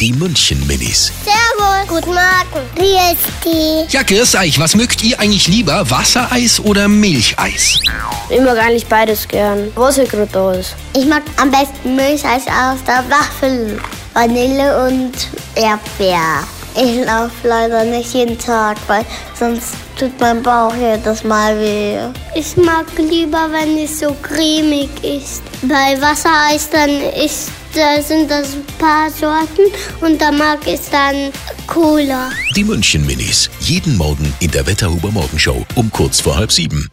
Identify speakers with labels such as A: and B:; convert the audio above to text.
A: Die München-Minis.
B: Servus. Guten Morgen. Wie ist die?
A: Ja, grüß euch. Was mögt ihr eigentlich lieber? Wassereis oder Milcheis?
C: Ich mag eigentlich beides gern. Was halt gerade da ist.
B: Ich mag am besten Milcheis aus der Waffel. Vanille und Erdbeer. Ich laufe leider nicht jeden Tag, weil sonst tut mein Bauch jedes Mal weh. Ich mag lieber, wenn es so cremig ist. Bei Wassereis dann ist, da sind das ein paar Sorten und da mag ich dann Cola.
A: Die München-Minis. Jeden Morgen in der Wetterhuber Morgenshow um kurz vor halb sieben.